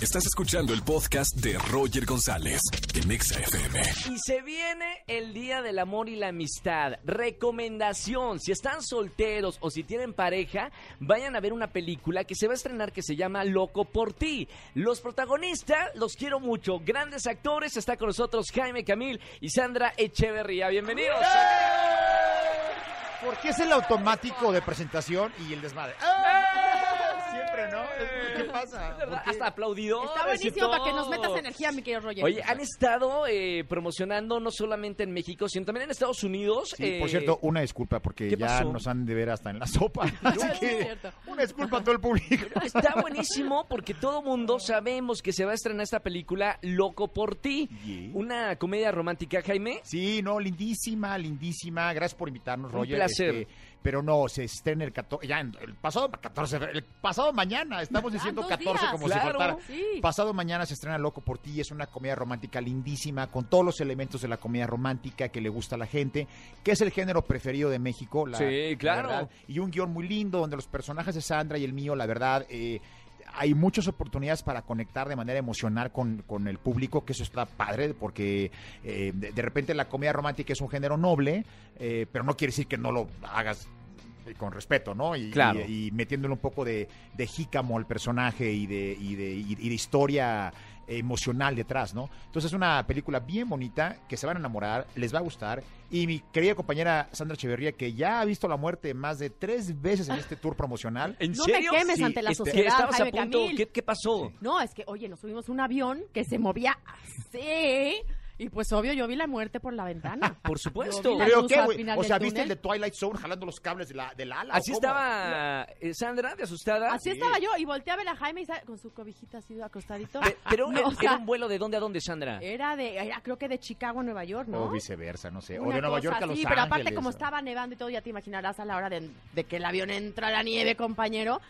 Estás escuchando el podcast de Roger González en Exa FM. Y se viene el Día del Amor y la Amistad. Recomendación, si están solteros o si tienen pareja, vayan a ver una película que se va a estrenar que se llama Loco por ti. Los protagonistas, los quiero mucho, grandes actores, está con nosotros Jaime Camil y Sandra Echeverría. Bienvenidos. ¿Por qué es el automático de presentación y el desmadre? ¡Ah! Siempre, ¿no? ¿Qué pasa? Es verdad, Hasta aplaudido. Está buenísimo para que nos metas energía, mi querido Roger. Oye, han estado eh, promocionando no solamente en México, sino también en Estados Unidos. Sí, por eh, cierto, una disculpa porque ¿qué ya pasó? nos han de ver hasta en la sopa. Así es que cierto. una disculpa a todo el público. Está buenísimo porque todo mundo sabemos que se va a estrenar esta película Loco por ti. Yeah. Una comedia romántica, Jaime. Sí, no, lindísima, lindísima. Gracias por invitarnos, Un Roger. placer. Este, pero no, se estrena el 14, ya en- el pasado 14, de fe- el pasado mañana, estamos diciendo dos 14 días. como si Ah, Claro. faltara. Sí. Pasado mañana se estrena Loco por ti, es una comedia romántica lindísima, con todos los elementos de la comedia romántica que le gusta a la gente, que es el género preferido de México. la- Sí, la claro. verdad. y un guión muy lindo donde los personajes de Sandra y el mío, la verdad... eh, hay muchas oportunidades para conectar de manera emocional con, con el público, que eso está padre, porque eh, de, de repente la comedia romántica es un género noble, eh, pero no quiere decir que no lo hagas eh, con respeto, ¿no? Y, Claro. y- y metiéndole un poco de, de jícamo al personaje y de, y de, y de historia emocional detrás, ¿no? Entonces es una película bien bonita, que se van a enamorar, les va a gustar. Y mi querida compañera Sandra Echeverría, que ya ha visto la muerte más de tres veces en este tour promocional, ¿En No serio? me quemes Sí, ante la Este, sociedad, estabas a Jaime punto. Camil. ¿Qué, qué pasó? No, es que, oye, nos subimos a un avión que se movía así. Y pues, obvio, yo vi la muerte por la ventana. Por supuesto. Yo vi la- Pero luz qué, al güey. final O del sea, ¿viste el túnel. de Twilight Zone jalando los cables de la, del ala? o Así cómo? estaba eh, Sandra, de asustada. Así estaba yo. Y volteé a ver a Jaime y sa- con su cobijita así acostadito. Pe- Pero No, era, o sea, eh, era un vuelo de dónde a dónde, Sandra. era de, era creo que de Chicago a Nueva York, ¿no? O viceversa, no sé. o Una de Nueva cosa York a Los así, Ángeles. pero aparte como o- estaba nevando y todo, ya te imaginarás a la hora de, de que el avión entra a la nieve, compañero.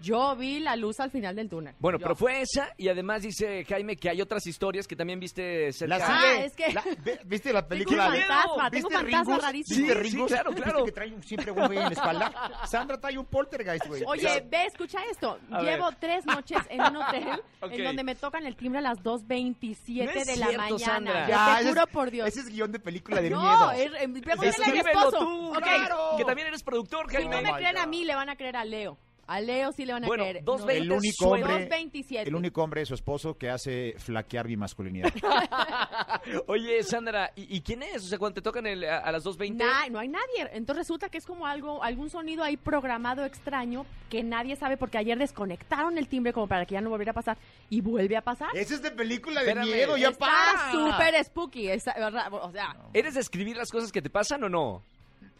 Yo vi la luz al final del túnel. Bueno, Yo- pero fue esa y además dice Jaime que hay otras historias que también viste cerca. La Ah, sigue. es que- la- ve- ¿Viste la Tengo película? un de- fantasma, tengo ¿Viste un fantasma Ringus? rarísimo. ¿Viste Sí, sí, Ringus? claro, ¿Viste claro. que trae un- siempre un güey en la espalda? Sandra trae un poltergeist, güey. Oye, ve, escucha esto. A Llevo ver. tres noches en un hotel Ok. en donde me tocan el timbre a las 2.27 No es de la cierto, mañana. Sandra. Yo Ya, te ese juro es- por Dios. Ese es guión de película de no, miedo. es, eh, pregúntale a mi Escríbelo esposo. tú, Ok, claro. que también eres productor, Si Jaime. no me Oh my creen a God. mí, le van a creer a Leo. A Leo sí le van a Bueno, creer. dos No, veinte El único suena. hombre- 2.27. El único hombre es su esposo que hace flaquear mi masculinidad. Oye, Sandra, ¿y, y quién es? O sea, cuando te tocan el- a, a las 2.20. Na- no hay nadie. Entonces resulta que es como algo, algún sonido ahí programado extraño que nadie sabe porque ayer desconectaron el timbre como para que ya no volviera a pasar y vuelve a pasar. Ese es de película de Espérame, miedo, ya Está para. súper spooky, esa- ¿verdad? o sea, ¿Eres de escribir las cosas que te pasan o no?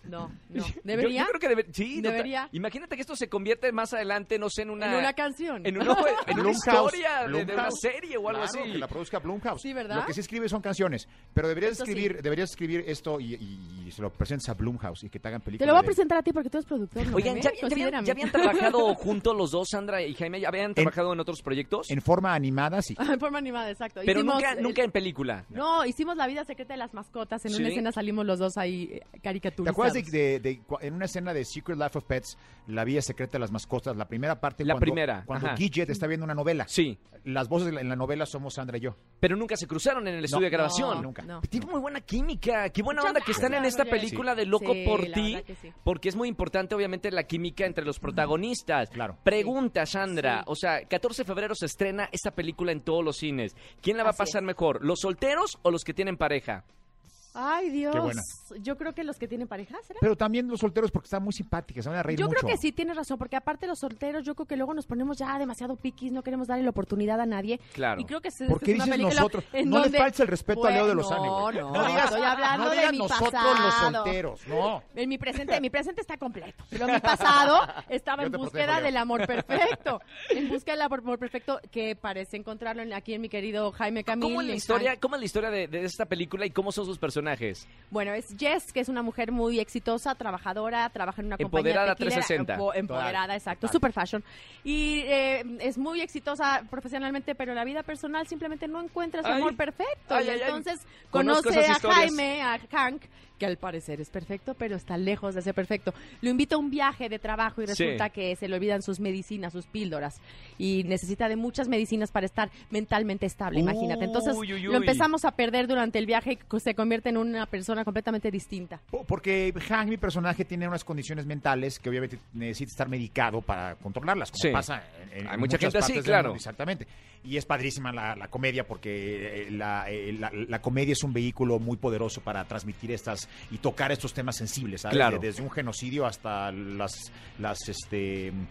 no, no. Yo- ¿Debería? Yo, creo que debe- sí, no, Debería. ta- imagínate que esto se convierte más adelante, no sé, en una. En una canción. en una, en una Blumhouse, historia de- de, una Blumhouse, serie o algo claro, así. Que la produzca Blumhouse. Sí, ¿verdad? Lo que sí escribe son canciones. Pero deberías Eso sí. escribir, deberías escribir esto y, y- y se lo presentes a Blumhouse y que te hagan películas. Te lo voy a presentar a ti porque tú eres productor. ¿no, Oigan, ¿ya, Jaime? ya habían, Considérame. ya habían trabajado juntos los dos, Sandra y Jaime? ¿Ya habían trabajado en otros proyectos? En forma animada, sí. En forma animada, exacto. Pero Hicimos nunca, el- nunca en película. No, hicimos La vida secreta de las mascotas. En una Sí. escena salimos los dos ahí eh, ¿Te caricaturizados. acuerdas de, de- de cua- en una escena de Secret Life of Pets, la vía secreta de las mascotas, la primera parte? La cuando, primera, Cuando ajá. Gidget está viendo una novela. Sí, Las voces en la- en la novela somos Sandra y yo. pero nunca se cruzaron en el estudio de grabación. No, nunca. no. Tienen muy buena química. Qué buena Muchas onda que están en gracias, esta Roger. película de Loco Sí, por la ti. verdad que sí. Porque es muy importante, obviamente, la química entre los protagonistas. Claro. Pregunta, Sandra. Sí. O sea, 14 de febrero se estrena esta película en todos los cines. ¿Quién la va Así a pasar mejor? ¿Los solteros o los que tienen pareja? Ay, Dios. Qué buena. Yo creo que los que tienen pareja, ¿será? Pero también los solteros porque están muy simpáticas, se van a reír Yo mucho. creo que sí tienes razón, porque aparte los solteros, yo creo que luego nos ponemos ya demasiado piquis, no queremos darle la oportunidad a nadie. Claro. Y creo que se- ¿Por esta qué es una dices película nosotros? en No le donde- falta el respeto a Leo de los Bueno, Ángeles. No, no, estoy hablando no de digas mi nosotros los pasado. solteros, no. En mi presente, mi presente está completo. Pero mi pasado estaba Yo en te búsqueda protejo, Leo. del amor perfecto. En búsqueda del amor perfecto que parece encontrarlo en- aquí en mi querido Jaime Camil. ¿Cómo es la en historia, Hank. cómo es la historia de, de esta película y cómo son sus personajes? Bueno, es Jess, que es una mujer muy exitosa, trabajadora, trabaja en una Empoderada compañía tequilera. 360. empo- Empoderada, Total, exacto, total. super fashion. Y eh, es muy exitosa profesionalmente, pero en la vida personal simplemente no encuentra su Ay. amor perfecto. Ay, y ay, ay. entonces Conozco conoce esas a historias. Jaime, a Hank, que al parecer es perfecto, pero está lejos de ser perfecto. Lo invita a un viaje de trabajo y Sí. resulta que se le olvidan sus medicinas, sus píldoras. Y necesita de muchas medicinas para estar mentalmente estable, imagínate. Entonces Uy, uy, lo uy. empezamos a perder durante el viaje y co- se convierte en una persona completamente distinta. Po- Porque Hank, mi personaje, tiene unas condiciones mentales que obviamente necesita estar medicado para controlarlas, como Sí. pasa en, en Hay mucha muchas gente así, partes del claro. mundo, exactamente. Y es padrísima la, la comedia porque eh, la, eh, la- la comedia es un vehículo muy poderoso para transmitir estas y tocar estos temas sensibles, ¿sabes? Claro. De- Desde un genocidio hasta las, las este, em,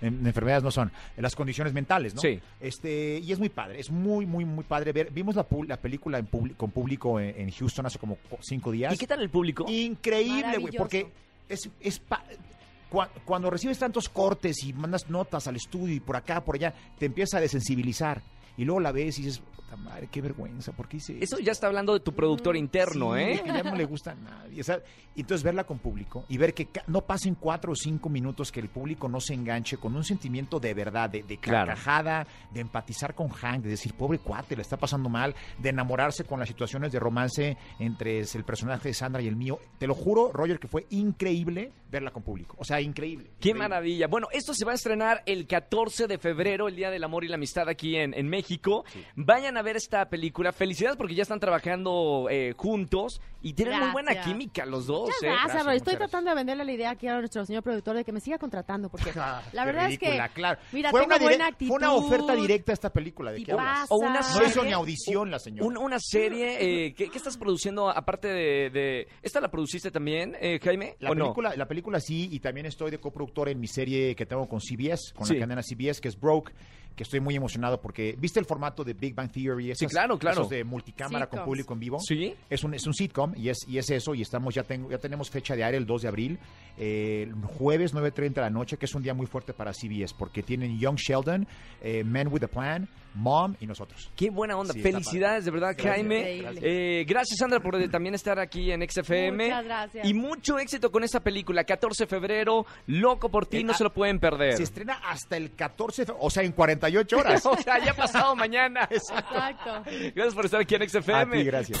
enfermedades no son, las condiciones mentales, ¿no? Sí. Este, y es muy padre, es muy, muy, muy padre ver. Vimos la, pu- la película en público- con público en, en Houston hace como cu- cinco días. ¿Y qué tal el público? Increíble, güey, Maravilloso. porque es, es pa- cua- cuando recibes tantos cortes y mandas notas al estudio y por acá, por allá, te empieza a desensibilizar. Y luego la ves y dices, puta madre, qué vergüenza, ¿por qué hice Eso ya está hablando de tu Mm, productor interno, Sí, ¿eh? que ya no le gusta a nadie. o sea, y entonces verla con público y ver que ca- no pasen cuatro o cinco minutos que el público no se enganche con un sentimiento de verdad, de, de Claro. carcajada, de empatizar con Hank, de decir, pobre cuate, le está pasando mal, de enamorarse con las situaciones de romance entre el personaje de Sandra y el mío. Te lo juro, Roger, que fue increíble verla con público. O sea, increíble. Qué increíble. maravilla. Bueno, esto se va a estrenar el 14 de febrero, el Día del Amor y la Amistad aquí en, en México. Vayan a ver esta película. Felicidades porque ya están trabajando eh, juntos y tienen muy buena Gracias. química los dos. Muchas ¿eh? gracias, gracias, Roy. Estoy muchas tratando de venderle la idea aquí a nuestro señor productor de que me siga contratando, porque Ah, la qué verdad ridícula, es que claro. mira, fue, tengo una buena direct- fue una actitud oferta directa esta película. ¿De y qué hablas? pasa. O una No hizo ni serie- audición la señora. Un- una serie eh, ¿qué, qué estás produciendo aparte de, de- esta la produciste también eh, Jaime La ¿O no? película, la película sí, y también estoy de coproductor en mi serie que tengo con CBS, con Sí. la cadena CBS, que es Broke, que estoy muy emocionado porque, ¿viste el formato de Big Bang Theory? Esas- claro, claro. Esos de multicámara con Sitcoms. público en vivo. sí Es un, es un sitcom y es, y es eso, y estamos ya, tengo, ya tenemos fecha de aire el 2 de abril, eh, el jueves 9.30 de la noche, que es un día muy fuerte para CBS, porque tienen Young Sheldon, eh, Men with a Plan, Mom y nosotros. qué buena onda Sí, está felicidades de verdad Gracias. Jaime Increíble. Eh, gracias Sandra por eh, también estar aquí en XFM Muchas gracias. y mucho éxito con esta película 14 de febrero loco por ti Eh, no ah, se lo pueden perder Se estrena hasta el 14 de fe- o sea, en 48 horas. o sea ya pasado mañana Exacto. gracias por estar aquí en A XFM ti, gracias.